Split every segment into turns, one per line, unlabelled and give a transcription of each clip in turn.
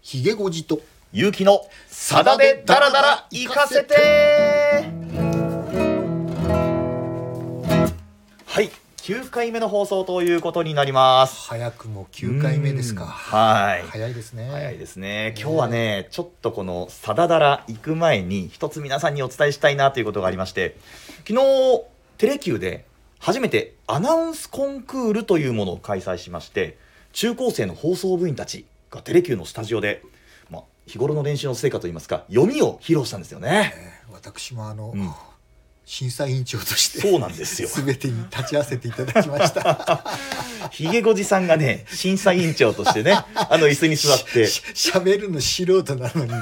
ひげごじと
勇気のさだでダラダラ行かせてはい9回目の放送ということになります
早くも9回目ですか
うんはい
早いですね
早いですね今日はねちょっとこのさだだら行く前に一つ皆さんにお伝えしたいなということがありまして昨日テレキューで初めてアナウンスコンクールというものを開催しまして中高生の放送部員たちがテレキューのスタジオで、まあ、日頃の練習の成果といいますか読みを披露したんですよね。
えー私もあの、
うん
審査委員長として
そうなん ですよ
全てに立ち会わせていただきました
ひげごじさんがね審査委員長としてねあの椅子に 座 って
ししゃべるの素人なのに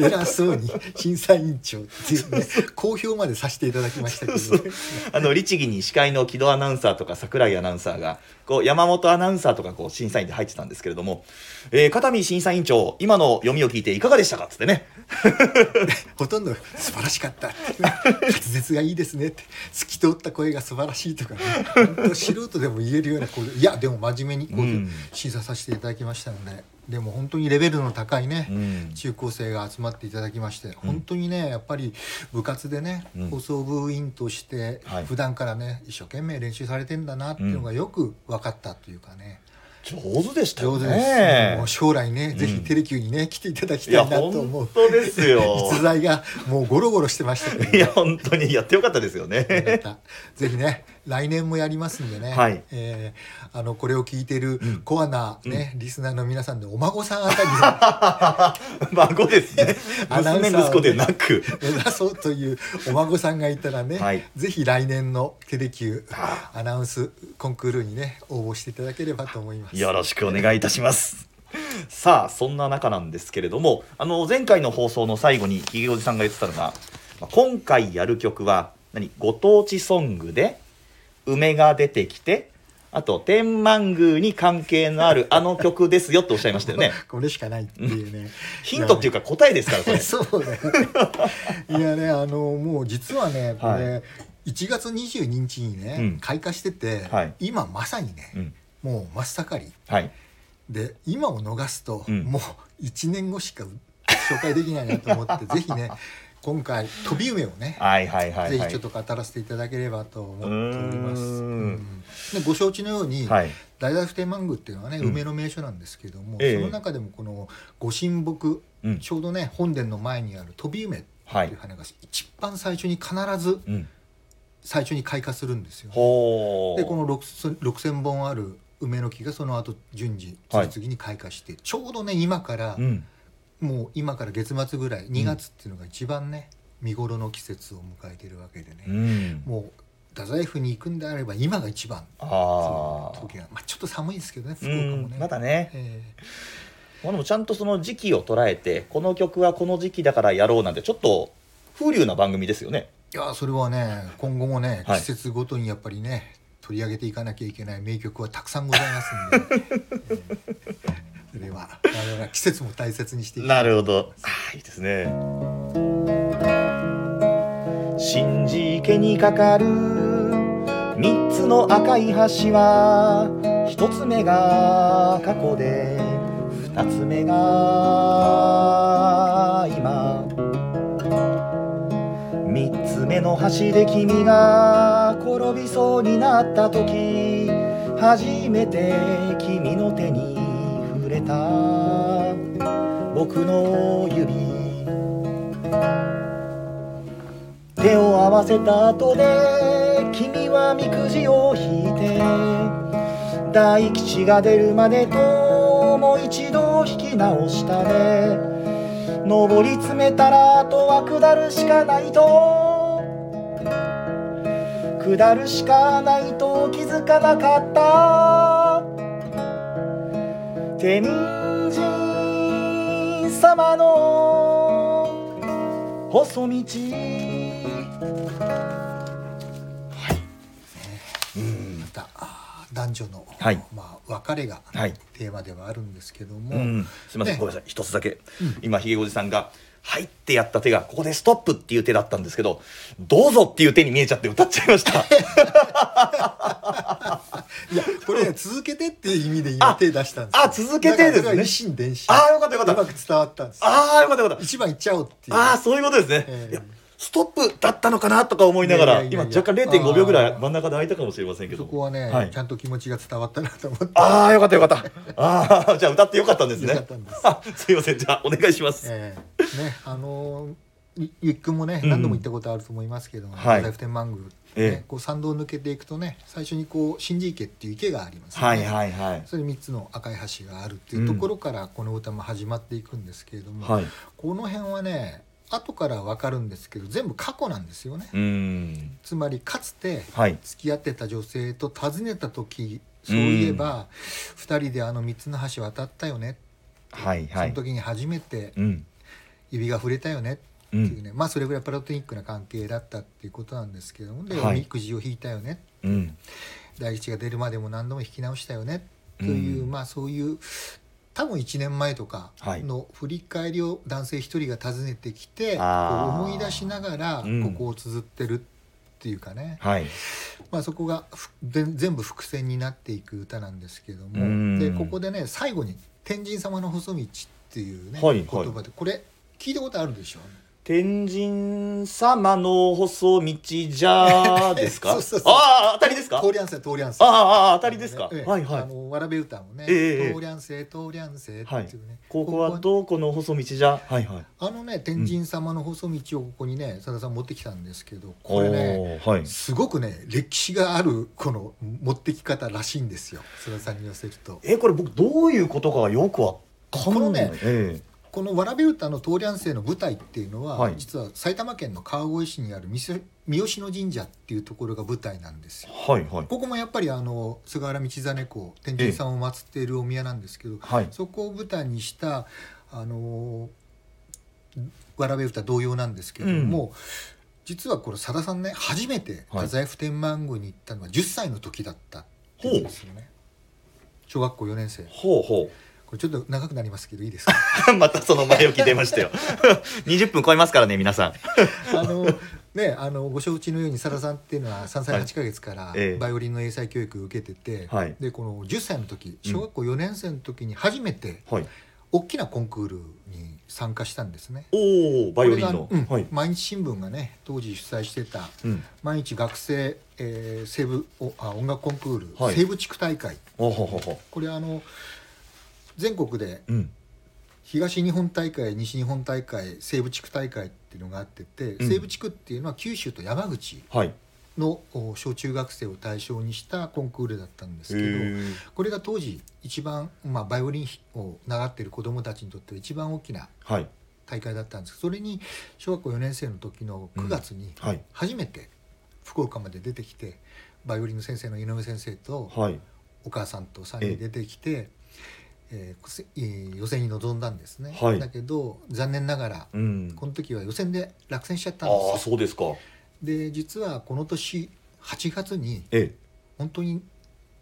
偉そうに審査委員長っていうね公表までさせていただきましたけど、ね、
あの律儀に司会の木戸アナウンサーとか櫻井アナウンサーがこう山本アナウンサーとかこう審査員で入ってたんですけれども、えー、片見審査委員長今の読みを聞いていかがでしたかっつってね
ほとんど素晴らしかったってね、滑舌がいいですねって透き通った声が素晴らしいとかね本当素人でも言えるようなこういやでも真面目にこう
うん
審査させていただきましたので、でも本当にレベルの高いね、
うん
中高生が集まっていただきまして、本当にねやっぱり部活でね、
うん
放送部員として
はい
普段からね一生懸命練習されてんだなっていうのがよく分かったというかね、
上手でしたよ
上手
ね
です、もう将来ね、ぜひテレキューにね来ていただき
い
た
や
いなと思う
本。当ですよ
実在がもうゴロゴロしてましたけど
いや本当にやってよかったですよ
よ かっ
ね
たぜひね来年もやりますんでね、
はい
えーあのこれを聞いているコアな、ねリスナーの皆さんでお孫さんあたりを
孫ですね
アナウンサー
娘息子でなく
目指そうというお孫さんがいたらね、
はい
ぜひ来年のテレキューアナウンスコンクールにね応募していただければと思います。
よろしくお願いいたします。さあそんな中なんですけれどもあの前回の放送の最後にひげおじさんが言ってたのがまあ今回やる曲は何ご当地ソングで梅が出てきてあと天満宮に関係のあるあの曲ですよっておっしゃいましたよね
これしかないっていうね
ヒントっていうか答えですからこ れ
そうね。いやね、あの、もう実はね、これ、
は
1月22日にね、
うん
開花してて、
はい
今まさにね、
うん
もう真っ盛り
はい
で今を逃すと、
うん
もう1年後しか紹介できないなと思って ぜひね今回飛び梅をね、
はいはいはい
ぜ
は
ひ
い
ちょっと語らせていただければと思っております。
うーん
うんでご承知のように、
はい
大々府天満宮っていうのはね
うん
梅の名所なんですけども、
ええ
その中でもこの御神木、
うん
ちょうどね本殿の前にある飛び梅っていう花が一番最初に必ず
うん
最初に開花するんですよ。
ほう
でこの6 6,000本ある梅の木がその後順次
はい
次々に開花して、ちょうどね今から、
うん
もう今から月末ぐらい2月っていうのが一番ね、見頃の季節を迎えてるわけで
う
ね、
ん
もう太宰府に行くんであれば今が一番
ああ
時が、まあ、ちょっと寒いですけどね福
う
岡もね。
んまだね
ええ
まあ、でもちゃんとその時期を捉えてこの曲はこの時期だからやろうなんてちょっと風流な番組ですよね
いやーそれはね今後もね
は
季
い
節ごとにやっぱりね、取り上げていかなきゃいけない名曲はたくさんございますんで、 えーそれは我々は季節も大切にしていきたい
なるほどあいいですね新寺池にかかる三つの赤い橋は一つ目が過去で二つ目が今三つ目の橋で君が転びそうになった時初めて君の手に触れた僕の指手を合わせた後で君はみくじを引いて大吉が出るまでともう一度引き直したね上り詰めたらあとは下るしかないと下るしかないと気づかなかった天神様の細道
またあー男女の、
はい
まあ、別れが
はい
テーマではあるんですけども、
うん、すみません、
ね
ごめんなさい一つだけ、
うん
今ひげおじさんが入ってやった手がここでストップっていう手だったんですけどどうぞっていう手に見えちゃって歌っちゃいました
いやこ れね続けてっていう意味で今
あ
手出したんです
あ続けてですね
だから一心伝心
あーよかったよかった
うまく伝わったんです
ああよかったよかった
一番いっちゃおうっていう
ああそういうことですね、
ええ
いやストップだったのかなとか思いながら
いやいやいやいや
今若干0.5秒ぐら
あ
い
ー
真ん中で空いたかもしれませんけど
そこはね、
はい
ちゃんと気持ちが伝わったなと思って
ああよかったよかったああじゃあ歌ってよかったんですね
よかったんです
あ すいませんじゃあお願いします、
ええねあのーいゆっくんもね
うん
何度も行ったことあると思いますけども、
はい
ライフテンマング、ね
ええ
こう山道を抜けていくとね最初にこう新寺池っていう池がありますよね、
はいはいはい
それで3つの赤い橋があるっていうところからこの歌も始まっていくんですけれども、
はい
この辺はね後から分かるんですけど全部過去なんですよね、
うーん
つまりかつて
はい
付き合ってた女性と訪ねた時そういえば2人であの3つの橋渡ったよね、
はいは
そ
い
の時に初めて
うん
指が触れたよねって
う
いうんね、まあそれぐらいプラトニックな関係だったっていうことなんですけどもで、
はい
おみくじを引いたよね
うん
大吉が出るまでも何度も引き直したよねという、
うん
まあそういう多分1年前とかの振り返りを男性一人が訪ねてきて、
あー
こう思い出しながら
うん
ここを綴ってるっていうかね、
はい
まあ、そこがふで全部伏線になっていく歌なんですけども、
うん
でここでね最後に「天神様の細道」っていうね、
はいはい
言葉でこれ聞いたことあるでしょ
天神様の細道じゃーですか
そうそうそう
ああ当たりですか
通りゃんせ通りゃんせ
ああああ当たりですか、
ええ
はい
あ
はい
のわらべ歌もね、
ええええ
通りゃんせ通りゃんせって
はい
いうね、
ここはどこの細道じゃはいはい
あのね天神様の細道をここにねさださん持ってきたんですけどこれね
おーはい
すごくね歴史があるこの持ってき方らしいんですよさださんに寄せると
えこれ僕どういうことかがよくわかんない
このね
え
このわらべ歌の通りゃんせの舞台っていうのは、
はい
実は埼玉県の川越市にある三瀬三好野神社っていうところが舞台なんです
え
よ
はいはい
ここもやっぱりあの菅原道真公天神様を祀っているお宮なんですけど、
はい
そこを舞台にした、あのーわらべ歌同様なんですけれども、実はこれさださんね初めて
はい
太宰府天満宮に行ったのは10歳の時だったっていうんですよね小学校4年生こ
ほうほ
れちょっと長くなりますけどいい ですか
うまたその前置き出ましたよ 20分超えますからね皆さん
あのねあのご承知のようにさださんっていうのは3歳8か月から
ええ
バイオリンの英才教育を受けてて、
はい
でこの10歳の時小学校4年生の時に初めて
はい
大きなコンクールに参加したんですね。
おおバイオリン
こ
の
れがうん
はい
毎日新聞がね当時主催してた
うん
毎日学生、えー、西部おあ音楽コンクール、
はい
西部地区大会
おほほほ
これあの全国で
うん
東日本大会西日本大会西部地区大会っていうのがあってて、
ん
西部地区っていうのは九州と山口
はい
のお小中学生を対象にしたコンクールだったんですけど、
え
これが当時一番、まあ、バイオリンを習っている子どもたちにとっては一番大きな
はい
大会だったんですけどそれに小学校4年生の時の9月に
はい
初めて福岡まで出てきてバイオリンの先生の井上先生と
はい
お母さんと3人出てきて、えーこせえー予選に臨んだんですね、
はい
だけど残念ながら
うん
この時は予選で落選しちゃった
あ
んです
あ
よ
そうですか
で実はこの年8月に
ええ
本当に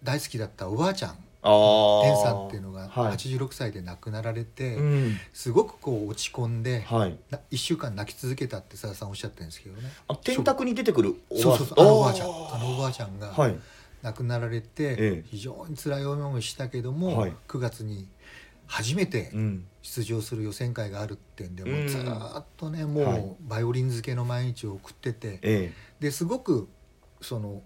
大好きだったおばあちゃん
ああ
蓮さんっていうのが
はい
86歳で亡くなられて、
うん
すごくこう落ち込んで、
はい
な1週間泣き続けたってさださんおっしゃってるんですけどね
あ天卓に出てくるおば
そうそうそうあのおばあちゃん
ー
あのおばあちゃんが
はい
亡くなられて、
ええ
非常に辛い思いをしたけども、
はい
9月に初めて
うん
出場する予選会があるってんで、
う
も
ん
うずーっとね
は
も
いう
バイオリン漬けの毎日を送ってて、
え
ですごくその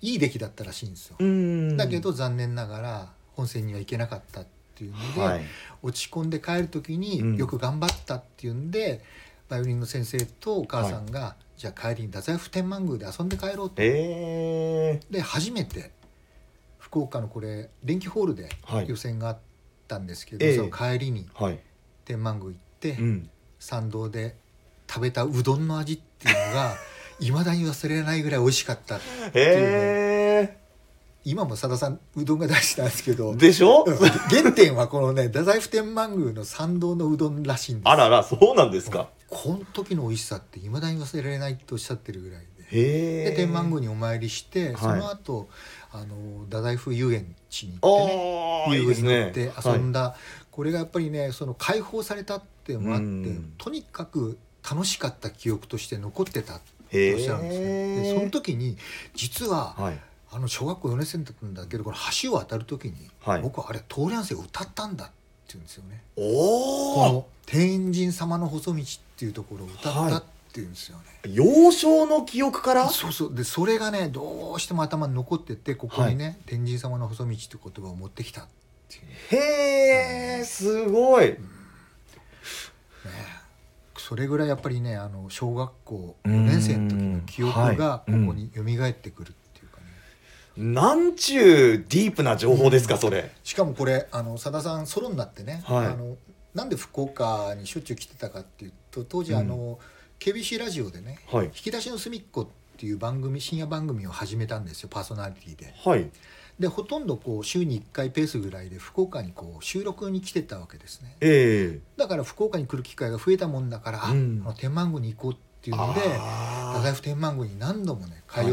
いい出来だったらしいんですよ
え、うん
だけど残念ながら本戦には行けなかったっていうので、
はい
落ち込んで帰る時に、
うん
よく頑張ったっていうんでバイオリンの先生とお母さんが、じゃあ帰りに太宰府天満宮で遊んで帰ろうと、
ええ
で初めて福岡のこれ電気ホールで
はい
予選があったんですけど、
ええ
その帰りに
はい
天満宮行って、
うん
参道で食べたうどんの味っていうのが いまだに忘れないぐらい美味しかった
へえ
今もさださんうどんが大好きなんですけど
でしょ
うん原点はこのね太宰府天満宮の参道のうどんらしいんです
あららそうなんですか
この時の美味しさっていまだに忘れられないっておっしゃってるぐらいで。
へえ
で天満宮にお参りして、
い
その後あの太宰府遊園地に行ってね
ああいい
遊
で
具
す
に乗っ
ね
て遊んだこれがやっぱりねその解放されたっていうのもあって、
うん
とにかく楽しかった記憶として残ってたって
へ
おっしゃるんですね。でその時に実は、
はい
あの小学校4年生だったんだけどこの橋を渡る時に、
はい
僕はあれ通りン生を歌ったんだって言うんですよね。こ
おお
の天神様の細道っていうところを歌ったっていうんですよね。
幼少の記憶から
そうそうでそれがねどうしても頭に残っててここにね、天神様の細道って言葉を持ってきたっていうね
へえすごい
それぐらいやっぱりねあの小学校
う
4
ん
年生の時の記憶がここに蘇ってくるっていうかね、
なんちゅうディープな情報ですかそれ
しかもこれあのさださんソロになってね、
はい
あのなんで福岡にしょっちゅう来てたかっていうと当時あの、KBC ラジオでね「
はい
引き出しの隅っこ」っていう番組深夜番組を始めたんですよパーソナリティで。
はい
でほとんどこう週に1回ペースぐらいで福岡にこう収録に来てたわけですね
え
だから福岡に来る機会が増えたもんだから、
うん
あの天満宮に行こうって
え
いうので
あ
太
ー
宰府天満宮に何度もね通っ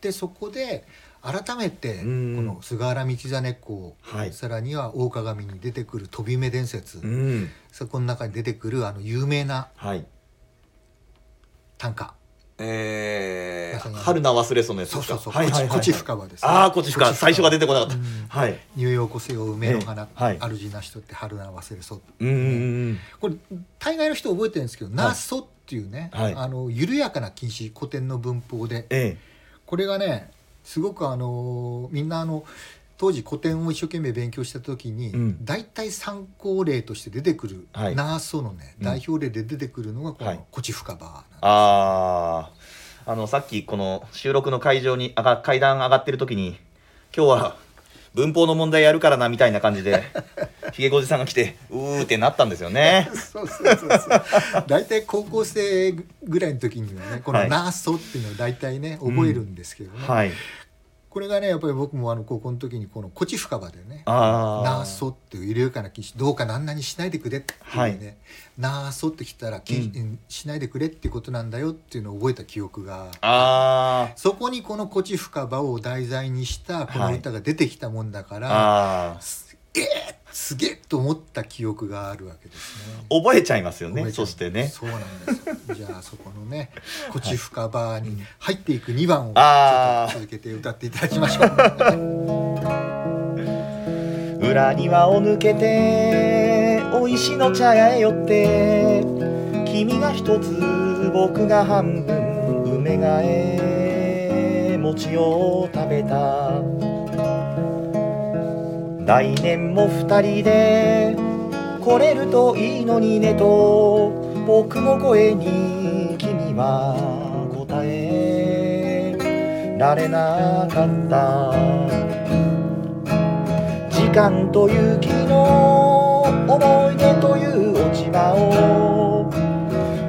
て、そこで改めてこ
うん
の菅原道真公、
はい
さらには大鏡に出てくる飛び目伝説、
うん
そこの中に出てくるあの有名な
はい
短歌
ええ
まさに
春菜忘れそうのやつ
そ
で
う
すか
そうそう、
はいはいはい
こちこち深川ですね、
ああこち深最初が出てこなかっ
うん
たはい
「入陽こせよ梅の花、
ええはい
主な人って春な忘れそう」
うんうん
これ大概の人覚えてるんですけど「
はい
なそ」っていうね、
はい
あの緩やかな禁止古典の文法で
え
これがねすごくあのみんなあの当時古典を一生懸命勉強した時に、
うん
大体参考例として出てくる「
はい
なそ」のね、
うん
代表例で出てくるのがこ
はい
の「こち深場」なんです
あああのさっきこの収録の会場にあが階段上がってる時に今日は文法の問題やるからなみたいな感 じでひげごじさんが来てうーってなったんですよね
そうそうそうそう 大体高校生ぐらいの時にはねこ
は
の「
い
ナーソ」っていうのを大体ね覚えるんですけどね、
はい
これがねやっぱり僕もあの高校の時にこの「こち深場」でね
ああ
ナーソっていう緩やかな禁止どうかなんなにしないでくれっていうね、ナーソってきたら禁止、しないでくれっていうことなんだよっていうのを覚えた記憶が
あ
そこにこの「こち深場」を題材にしたこの歌が出てきたもんだか
ー
ら、
あー
すげえすげえと思った記憶があるわけですね。
覚えちゃいますよ
覚
ね
えちゃ
そうしてね
そうなんですよじゃあそこの ね「こち深場」に入っていく2番をちょ
あー
っと続けて歌っていただきましょう
裏庭を抜けてお石の茶屋へ寄って君が一つ僕が半分梅がえ餅を食べた来年も二人で来れるといいのにねと僕の声に君は答えられなかった時間という気の思い出という落ち葉を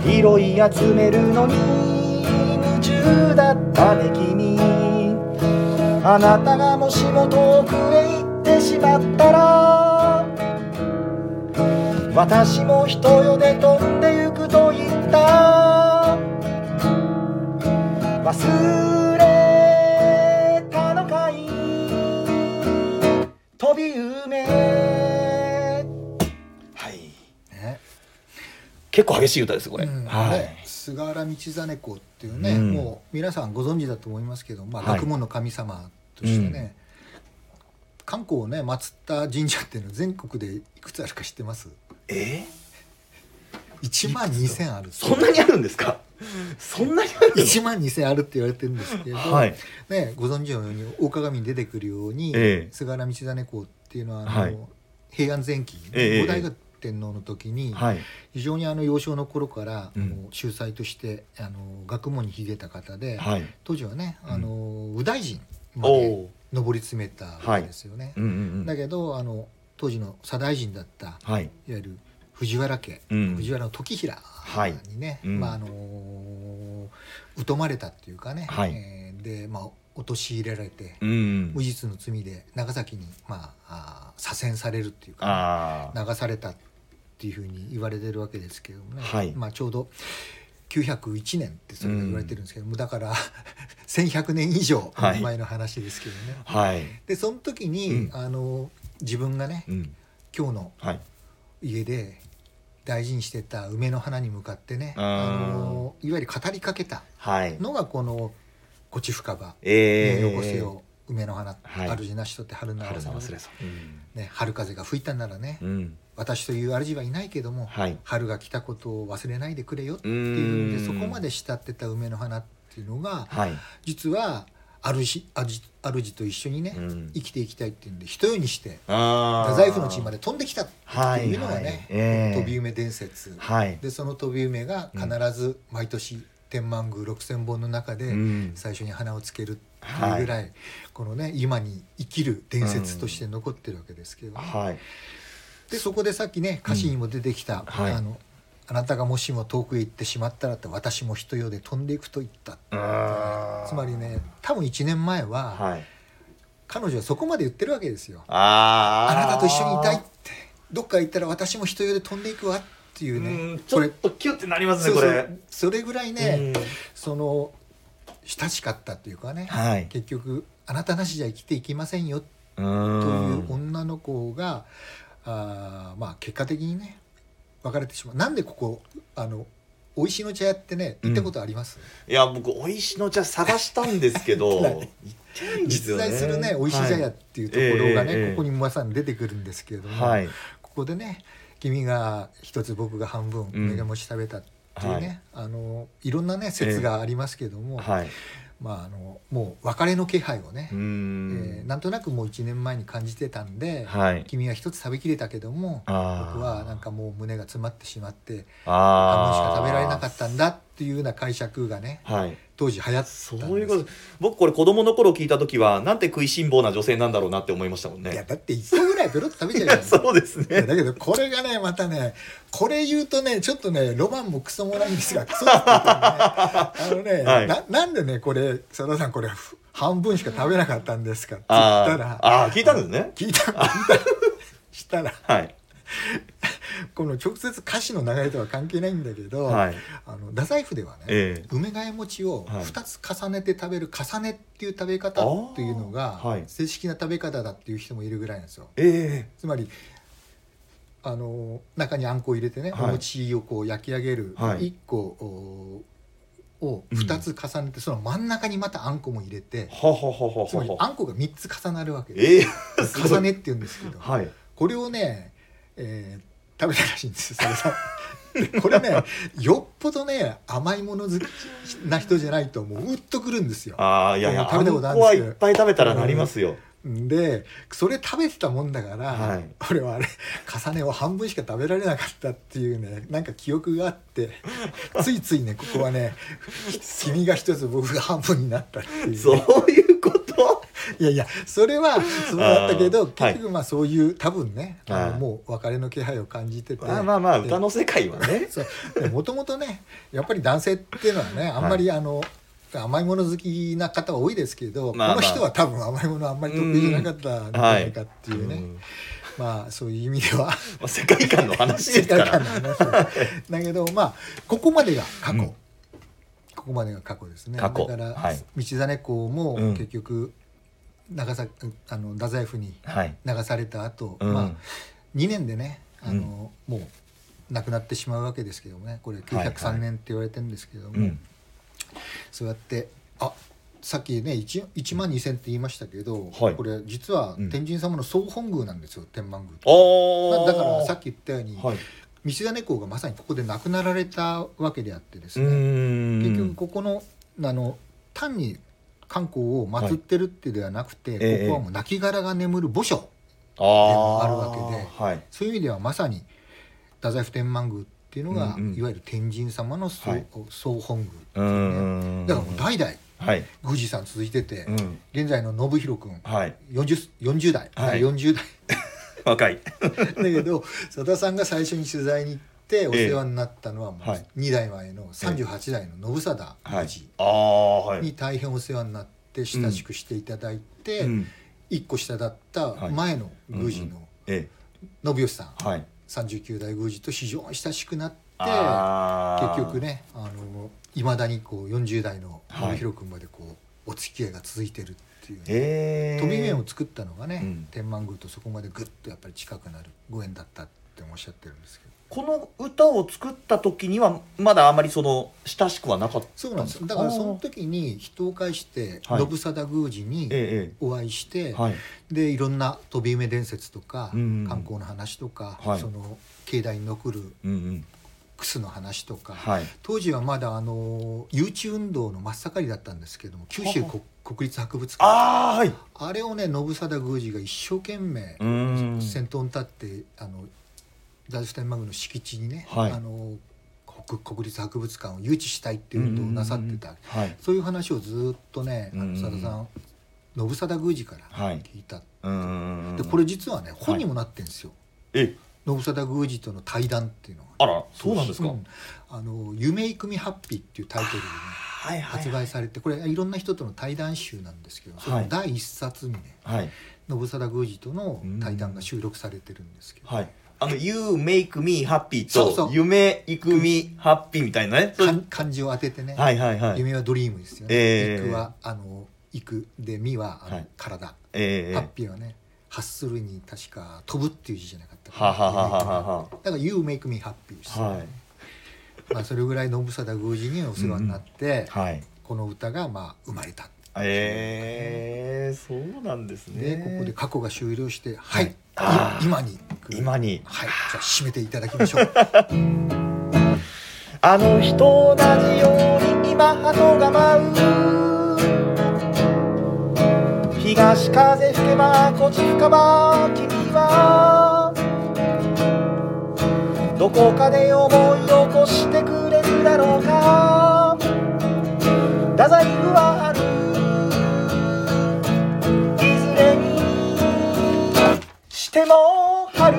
拾い集めるのに夢中だったね君あなたがもしも遠くへ行ってしまったら私も人よで飛んでゆくと言った忘れたのかい飛び梅はい
ね
結構激しい歌ですこれ、
うん
は
ね
い
菅原道真公っていうね、
うん
もう皆さんご存知だと思いますけど、まあ、
はい
学問の神様としてね、観光をね祀った神社っていうのは全国でいくつあるか知ってます
え
?1 万2000ある
そんなにあるんですかそんなにある
1万2000あるって言われてるんですけど、
のはい
ね、ご存知のように大鏡に出てくるように、
ええ
菅原道真公っていうのはあの、
はい
平安前期、
ええ
五代が天皇の時に、
はい
非常にあの幼少の頃から、
うん
あの秀才としてあの学問に秀でた方で、
はい
当時はね
うん
あの、右大臣ま
お
で
お
上り詰めたわけですよね。
ーうんうんう
だ
ん
けどあの当時の左大臣だったいわ
はい
ゆる藤原家、
うん
藤原の時平
はい
にね、
うん
まああのー疎まれたっていうかね、
はい
えーでまあ陥れられて、
うんうん
無実の罪で長崎にまああー左遷されるっていうかね、
ああ
流されたっていうふうに言われてるわけですけどもね、
はい
まあ、ちょうど901年ってそれが言われてるんですけども、だから 1100年以上
はい
前の話ですけどね、
はい
でその時に、
うん
あの自分がね
うん
今日の
はい
家で大事にしてた梅の花に向かってね
うん
あのいわゆる語りかけた
はい。
のがこの「ごち深場」
え
ね「
ー
よこせよ梅の花」
はい
主なしとって春なら
春
さ
さん忘れそう。
ね春風が吹いたならね、
うん。うん
私という主はいないけども、
はい。
春が来たことを忘れないでくれよっていうんで
うーん
そこまで慕ってた梅の花っていうのが
はい。
実は主主主と一緒にね、
うん
生きていきたいっていうんで一夜にして
あ
太宰府の地ま
で。
で飛んできたって
はい。
いうのが
はい
ね、
えー
飛び梅伝説、
はい。
でその飛び梅が必ず毎年天満宮6,000本の中で
うん
最初に花をつけるっていうぐらい、このね今に生きる伝説として残ってるわけですけどね、
はい。
でそこでさっきね歌詞にも出てきた、
はい
あの「あなたがもしも遠くへ行ってしまったら」って「私も人よで飛んでいくと言った」つ
つ
まり。ね多分1年前は、
はい。
彼女はそこまで言ってるわけですよ。
あ
あ
ー
なたと一緒にいたいっ。てどっか行ったら私も人よで飛んでいくわっていう
う
ね
んちょっとキュってなります
そ
ね、
う
こ
そ
れ
う。それぐらいね、
うん
その親しかったっていうかね、
はい。
結局あなたなしじゃ生きていきませんよって
と
と
い
いう女の子が、あーまあ結果的にね別れてしまうなんでここあのおいしの茶屋ってね行ったことあります、
いや僕おいしの茶探したんですけ ど
はい
行ってないんです
実
よね
在するねおいし茶屋っていうところがね、
ええええ
ここにまさに出てくるんですけれども、
はい、
ここでね君が一つ僕が半分
うん
梅がもち食べたっていうね、い、あのいろんなね説がありますけども、
はい、
まああのもう別れの気配をね
うー、ん、
えーなんとなくもう1年前に感じてたんで、
はい
君は一つ食べきれたけども
あー
僕はなんかもう胸が詰まってしまって半分しか
あー
食べられなかったんだっていうような解釈がね
はい
当時流行ったんです
そういうこと僕これ子供の頃聞いた時はなんて食いしん坊な女性なんだろうなって思いましたもん
いや
ね
だって一個ぐらいペロッと食べちゃうじゃん
そうです
いや
ね
だけどこれがねまたねこれ言うとねちょっとねロマンもクソもないんですがクソって言ってもねあのね、
はい
ななんでねこれ佐田さんこれふ半分しか食べなかったんですかって言
あ
った
ー
ら
あー聞いたんですね
聞いた聞いた したら
はい
この直接歌詞の流れとは関係ないんだけど、
はい
あの太宰府ではね、
ええ
梅替え餅を
はい
2つ重ねて食べる重ねっていう食べ方っていうのが
あーはい
正式な食べ方だっていう人もいるぐらいなんですよ。
え
つまりあの中にあんこを入れてね、
はい
お餅をこう焼き上げる
はい
1個おを2つ重ねて、その真ん中にまたあんこも入れて
ー、はははは
つまり
はは
あんこが3つ重なるわけです
えー、すご
重
い
ねって言うんですけど、
はい
これをね、えー食べたらしいんですよそれさんでこれねよっぽどね甘いもの好きな人じゃないともううっとくるんですよ
ああいやいやあ
食べ
ん
た
こ
ことあるんです
は
け
い
ど
っぱい食べたらなりますよ、
でそれ食べてたもんだから、
はい
俺はあれ重ねを半分しか食べられなかったっていうねなんか記憶があってついついねここはね君が一つ僕が半分になったっていうね、
そうい うこと
いやいやそれはそうだったけ
あ
ど
ーはい
結局まあそういう多分ねあ
は
の
い
もう別れの気配を感じてて
まあまあまあ歌の世界は ね
もともとねやっぱり男性っていうのはねあんまりあの、甘いもの好きな方は多いですけど、
まあまあ
この人は多分甘いものあんまり得意じゃなかったんじゃないかっていうね、
うん
まあそういう意味 では
まあ世界観の話ですか
世界
ら
観の話 だけどまあここまでが過去、
うん
ここまでが過去ですね
過去
だから、
はい
道真公も
うん
結局長崎あの太宰府に
はい、
流された後、
うん
まあ2年でねあの、もう亡くなってしまうわけですけどもねこれ
はいはい
903年って言われてるんですけども、
うん、
そうやってあさっきね 1, 1万2,000って言いましたけど、
はい
これ実は
うん
天神様の総本宮なんですよ、天満宮って
お
ま
ー
あだからさっき言ったように、
はい、
道真公がまさにここで亡くなられたわけであってです
う
ね、
ん
結局ここのあの単に観光を祀ってるってではなくて、
え
こ
え
こはもう亡骸が眠る墓所
あー
あるわけで
はい
そういう意味ではまさに太宰府天満宮っていうのが、
うんうん
いわゆる天神様の総,、
はい
総本宮
うん
だからもう代々
はい、
宮司さん続いてて、
うん、
現在の信弘君
はい
40, 40代、
はい
40代
若い
だけ ど佐田さんが最初に取材に行ってお世話になったのはもう
はい
2代前の38代の信貞
は
宮
い
司
ああは
に
い、
大変お世話になって親しくしていただいて
うん、
1個下だった前の宮司の
え
信義さん
えはい
39代宮司と非常に親しくなって
あー
結局ねいまだにこう40代の
はい
信弘君までこうお付き合いが続いてるっていうね。
ええ
飛び面を作ったのがね、
うん
天満宮とそこまでぐっとやっぱり近くなるご縁だったっっておっしゃってるんですけど
この歌を作った時にはまだあまりその親しくはなかった
そうなんですだからその時に人を介して
はい
信貞宮司に
え
お会いして、
えええはい
でいろんな飛び梅伝説とか、
うん
観光の話とか、
はい
その境内に残る
うんうん
楠の話とか、
はい
当時はまだあの誘致運動の真っ盛りだったんですけども九州
はは
国国立博物館
ああはい
あれをね信貞宮司が一生懸命
うーん
先頭に立ってあの大ステンマグの敷地にね、
はい
あの国国立博物館を誘致したいっていう運動をなさってた、
うんうんうんはい
そういう話をずっとねあ
うんう
の
ん
さださん信貞宮司から
はい
聞いた、
うんうんうん
でこれ実はね本にもなってんですよ、
え
信貞宮司との対談っていうのが
あらそうなんですか、
んあの「夢いくみハッピー」っていうタイトルでね
はいはい
発売されてこれいろんな人との対談集なんですけどそ
は
の
い
第一冊にね
はい
信貞宮司との対談が収録されてるんですけど
はいあの「You make me happy」
そうそ
と
う
「夢行くみ happy」みたいなねそう
漢漢字を当ててね
はいはいはい
夢はドリームですよ
え
ね
え
行くはあの行くでみはあ
は
の
い
体
ええ
ハッピーはね発するに確か飛ぶっていう字じゃなかったか
は
な
ははははは
だから「You make me happy」ですよ
はい
まあそれぐらい信貞宮司にお世話になって
はい
この歌がまあ生まれた
ええそうなんですね
でここで過去が終了してはい、い
あー
今に行く
今に
はいじゃあ締めていただきましょう
あの人同じように今鳩が舞う東風吹けばこっち吹かば君はどこかで思い起こしてくれるだろうか太宰府はあるいずれにしても春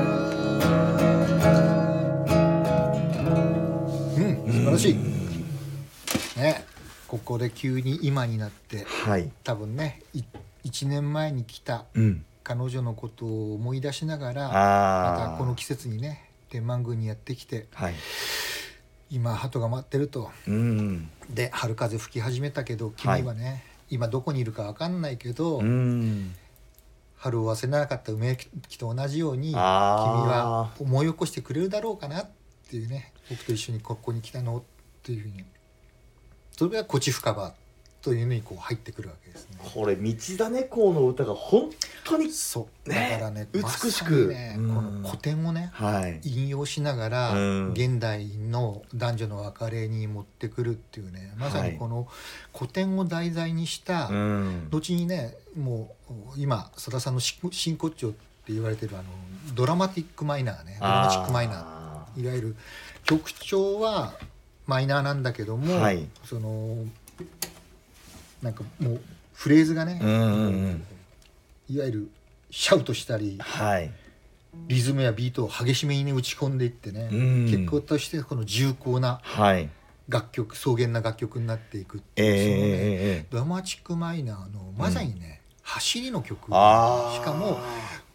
うん素晴らしいねここで急に今になって
はい
多分ね1年前に来た
うん
彼女のことを思い出しながらま
あ
たこの季節にね天満宮にやってきて
はい
今鳩が待ってると
うん
で春風吹き始めたけど君はね、今どこにいるか分かんないけど、
うん
春を忘れなかった梅木と同じように君
あ
は
ー
思い起こしてくれるだろうかなっていうね僕と一緒にここに来たのっていうふうにそれが「こち深場」というのにこう入ってくるわけですね。
これ道種公の歌が本当に
そうだ
ね
からね
美
まさに
しく
ね
うん
この古典をね
はい
引用しながら、
うん
現代の男女の別れに持ってくるっていうねまさ
はい
にこの古典を題材にした、
ん
後にねもう今さださんの真真骨頂って言われてるあのドラマティックマイナーねドラマチックマイナ
あ
ーいわゆる曲調はマイナーなんだけども、
はい
そのなんかもうフレーズがね、
ーうんうんうん
いわゆるシャウトしたり
はい
リズムやビートを激しめにね打ち込んでいってね、
うん
結果としてこの重厚な
はい
楽曲草原な楽曲になっていくって
ええ
い
え
うそのね
えええ
ドラマチックマイナーのまさにね、走りの曲し
あー
かも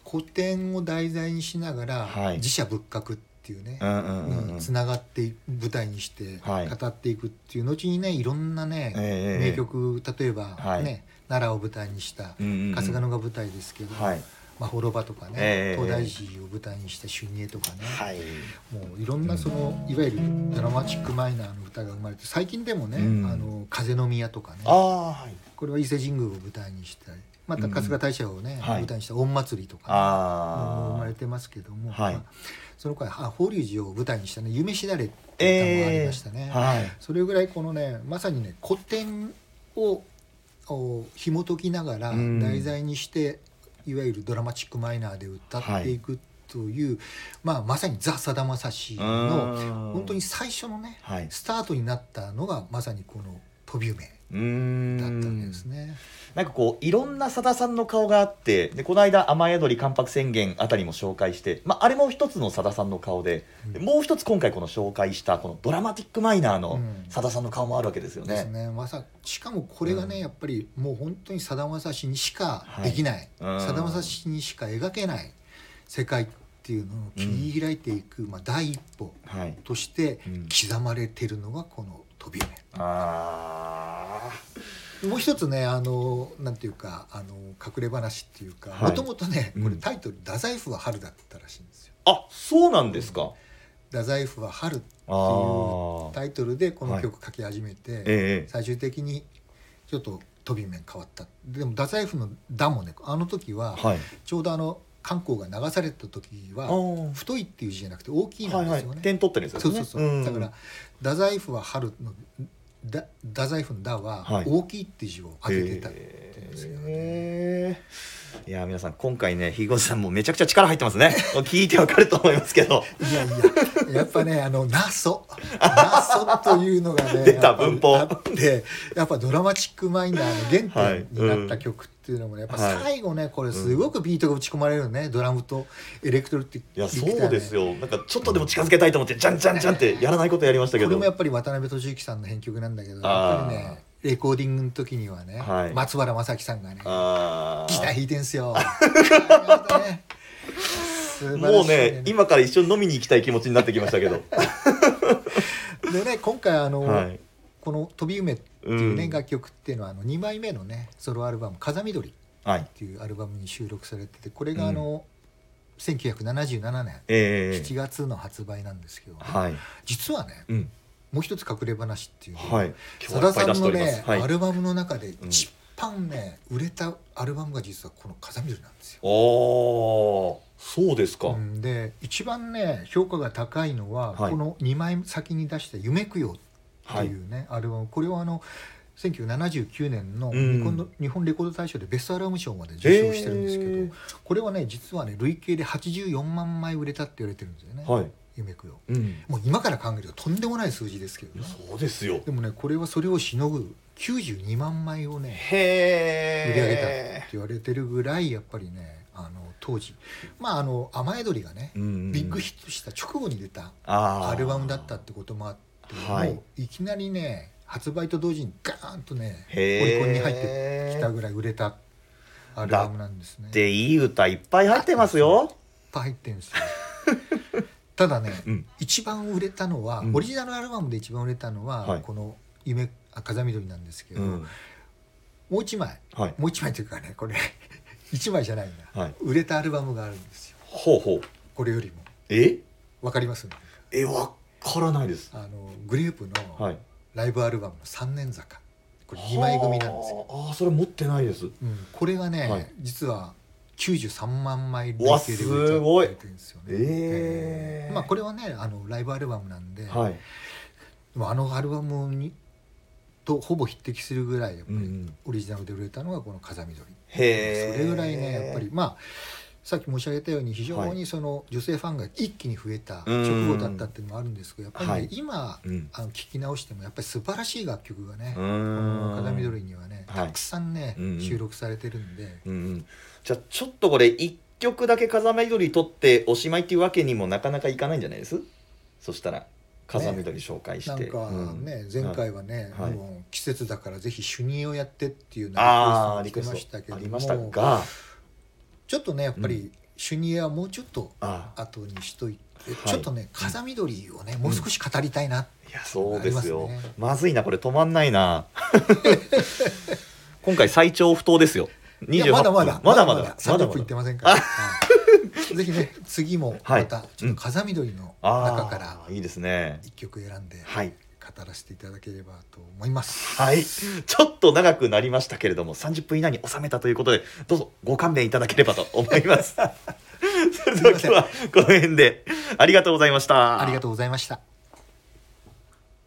古典を題材にしながら、
はい
自社仏閣っていうね、
うんうんうんうん
につながってい舞台にして
はい
語っていくっていう後にねいろんなね、
ええええ
名曲例えば、
はい
ね奈良を舞台にした
うんうんうん
春日野が舞台ですけど、
はい
まあ、滅場とかね、
ええ
東大寺を舞台にした春英とかね、
はい
もういろんなそのいわゆるドラマチックマイナーの歌が生まれて最近でもね「
うん
あの風の宮」とかね
ああはい
これは伊勢神宮を舞台にしたりまた春日大社をね、
うんはい
舞台にした御祭りとか、ね、もう生
あ
まれ
あ
てますけども、
はい
まあその回あ法隆寺を舞台にしたね「夢しだれ」っていう歌もあり
え
ましたね、
えはい
それぐらいこのねまさにね古典をお紐解きながら
うん
題材にして、いわゆるドラマチックマイナーで歌っていくという、まあ、まさにザ・さだまさしの
の
本当に最初のね
はい
スタートになったのがまさにこの「飛び梅」
うーん
だったわけですね。
なんかこういろんなさださんの顔があってでこの間「雨宿り関白宣言」あたりも紹介して、まあ、あれも一つのさださんの顔で、でもう一つ今回この紹介したこのドラマティックマイナー
う
の
ん
さださんの顔もあるわけですよ
です
ね。
ねまさしかもこれがね、
うん
やっぱりもう本当にさだまさしにしかできない
はいうん
さだまさしにしか描けない世界っていうのを切り開いていく、まあ、第一歩
はい、
として
うん
刻まれてるのがこの「飛び目」
あー
もう一つねあのなんていうかあの隠れ話っていうか
はい
もともとねこ
う
れ
ん
タイトル「太宰府は春」だったらしいんですよ。
あそうなんですか、
太宰府は春って
あ
いう
ー
タイトルでこの曲書き始めて、
ええ
最終的にちょっと飛び面変わったでも太宰府の「だ」もねあの時は
はい
ちょうどあの漢光が流された時
あ
は
ー
太いっていう字じゃなくて大きいな
は
ん
い
で
は
す
い
よね。
点取ってるやつです
そう
ね
そうそう、
ん
だから太宰府は春のだ太宰府の「だ」は
はい
大きいっていう字を上げてたっていうんですよね。
へーいやー皆さん今回ねひごじさんもめちゃくちゃ力入ってますね 聞いてわかると思いますけど
いやいや、やっぱね、あの、ナソ。ナソというのがね、
出た
やっぱ
文法
あって、やっぱドラマチックマイナーの原点になった曲っていうのもね、やっぱ最後ね、これすごくビートが打ち込まれるね、ドラムとエレクトロってい
いやそうです。よなんかちょっとでも近づけたいと思ってじゃんじゃんじゃんってやらないことやりました
こ
け
れ
ど
もやっぱり渡辺俊之さんの編曲なんだけど、やっ
あ
ぱ
ー
りね、レコーディングの時にはね、
はい
松原正樹さんがね、
あー
ギター弾いてんす よ。またね素晴
も
ら
う
しい
ね今から一緒に飲みに行きたい気持ちになってきましたけど
でね、今回あの、
はい
この「飛び梅」っていうね、
うん
楽曲っていうのはあの2枚目のねソロアルバム「風緑」っ
はい
ていうアルバムに収録されててこれがあの、1977年
え
7
ー、
月の発売なんですけど、
はい
実はね
うん
もう一つ隠れ話っていうのが、
はい
さださんの
今日はいっぱい出
ね、
しておりま
ア
すはい
ルバムの中で
ん
一番ね、売れたアルバムが実はこの「風緑」なんですよ。
おーそうですか、
うんで一番ね評価が高いのは、
はい
この2枚先に出した「夢供養」っていうね、アルバムこれはあの1979年の
うん
日本の、日本レコード大賞でベストアルバム賞まで受賞してるんですけど、
へー
これはね実はね累計で84万枚売れたって言われてるんですよね「
はい、
夢供養
うん、い」
もう今から考えるととんでもない数字ですけど
や
ね
そうですよ
でもねこれはそれをしのぐ92万枚をね
へ
売り上げたって
え
言われてるぐらいやっぱりねあの当時まああの雨宿りがね、ビッグヒットした直後に出たアルバムだったってこともあって
はい
もういきなりね発売と同時にガーンとねオ
へー
リコンに入ってきたぐらい売れたアルバムなんですね。いっ
でいい歌いっぱい入ってますよ
ぱい入ってるんですよ ただね、
うん
一番売れたのは、
うん
オリジナルアルバムで一番売れたのは、
はい
この「夢あ風緑」なんですけど、
うん
もう一枚
はい
もう一枚というかねこれ 一枚じゃないんだ、
はい
売れたアルバムがあるんですよ
ほうほう
これよりも
え
わかります
えわからないです
あのグレープの、
はい
ライブアルバムの「三年坂」これ2枚組なんですよ、
ああそれ持ってないで
う
す
ん、これがね、
はい
実は93万枚
うわ
で売れちゃ
すごい
ってるんですよね
ええ
まあこれはねあのライブアルバムなんで、
はい
でもあのアルバムにとほぼ匹敵するぐらいやっぱ
う
り、
ん
オリジナルで売れたのがこの「風緑」
へえ
それぐらいねやっぱりまあさっき申し上げたように非常にその女性ファンが一気に増えた直後だったっていうのもあるんですけどやっぱりね、
はい
今
うん
あの聞き直してもやっぱり素晴らしい楽曲がね、
う
この
ん
風緑にはね、
はい
たくさんね、
うんうん
収録されてるんで、
うんうんじゃあちょっとこれ一曲だけ風見鶏取っておしまいっていうわけにもなかなかいかないんじゃないですそしたら風見鶏紹介し
なん
て、
か
うん
ね、前回はね、
はい
もう季節だからぜひ主任をやってっていうの
ああ
を
リクエスト
してましたけ
あ
ど
りました
も
が
ちょっとねやっぱり主任はもうちょっと
あ
後にしといて、
はい
ちょっとね風見鳥をねもう少し語りたいな、
いやそうですよ
あり
ま
ますね
ずいなこれ止まんないな 今回最長不当ですよ
い
28
や
分
まだまだ
まだまだまだ
30
ま
分いって
だ
ません から、はいぜひね次もまたちょっと風見鳥の中か
あ
ら
あいいですね
一曲選んで
はい
語らせていただければと思います。
はいちょっと長くなりましたけれども30分以内に収めたということでどうぞご勘弁いただければと思 いますそれでは今日はこの辺でありがとうございました
ありがとうございました。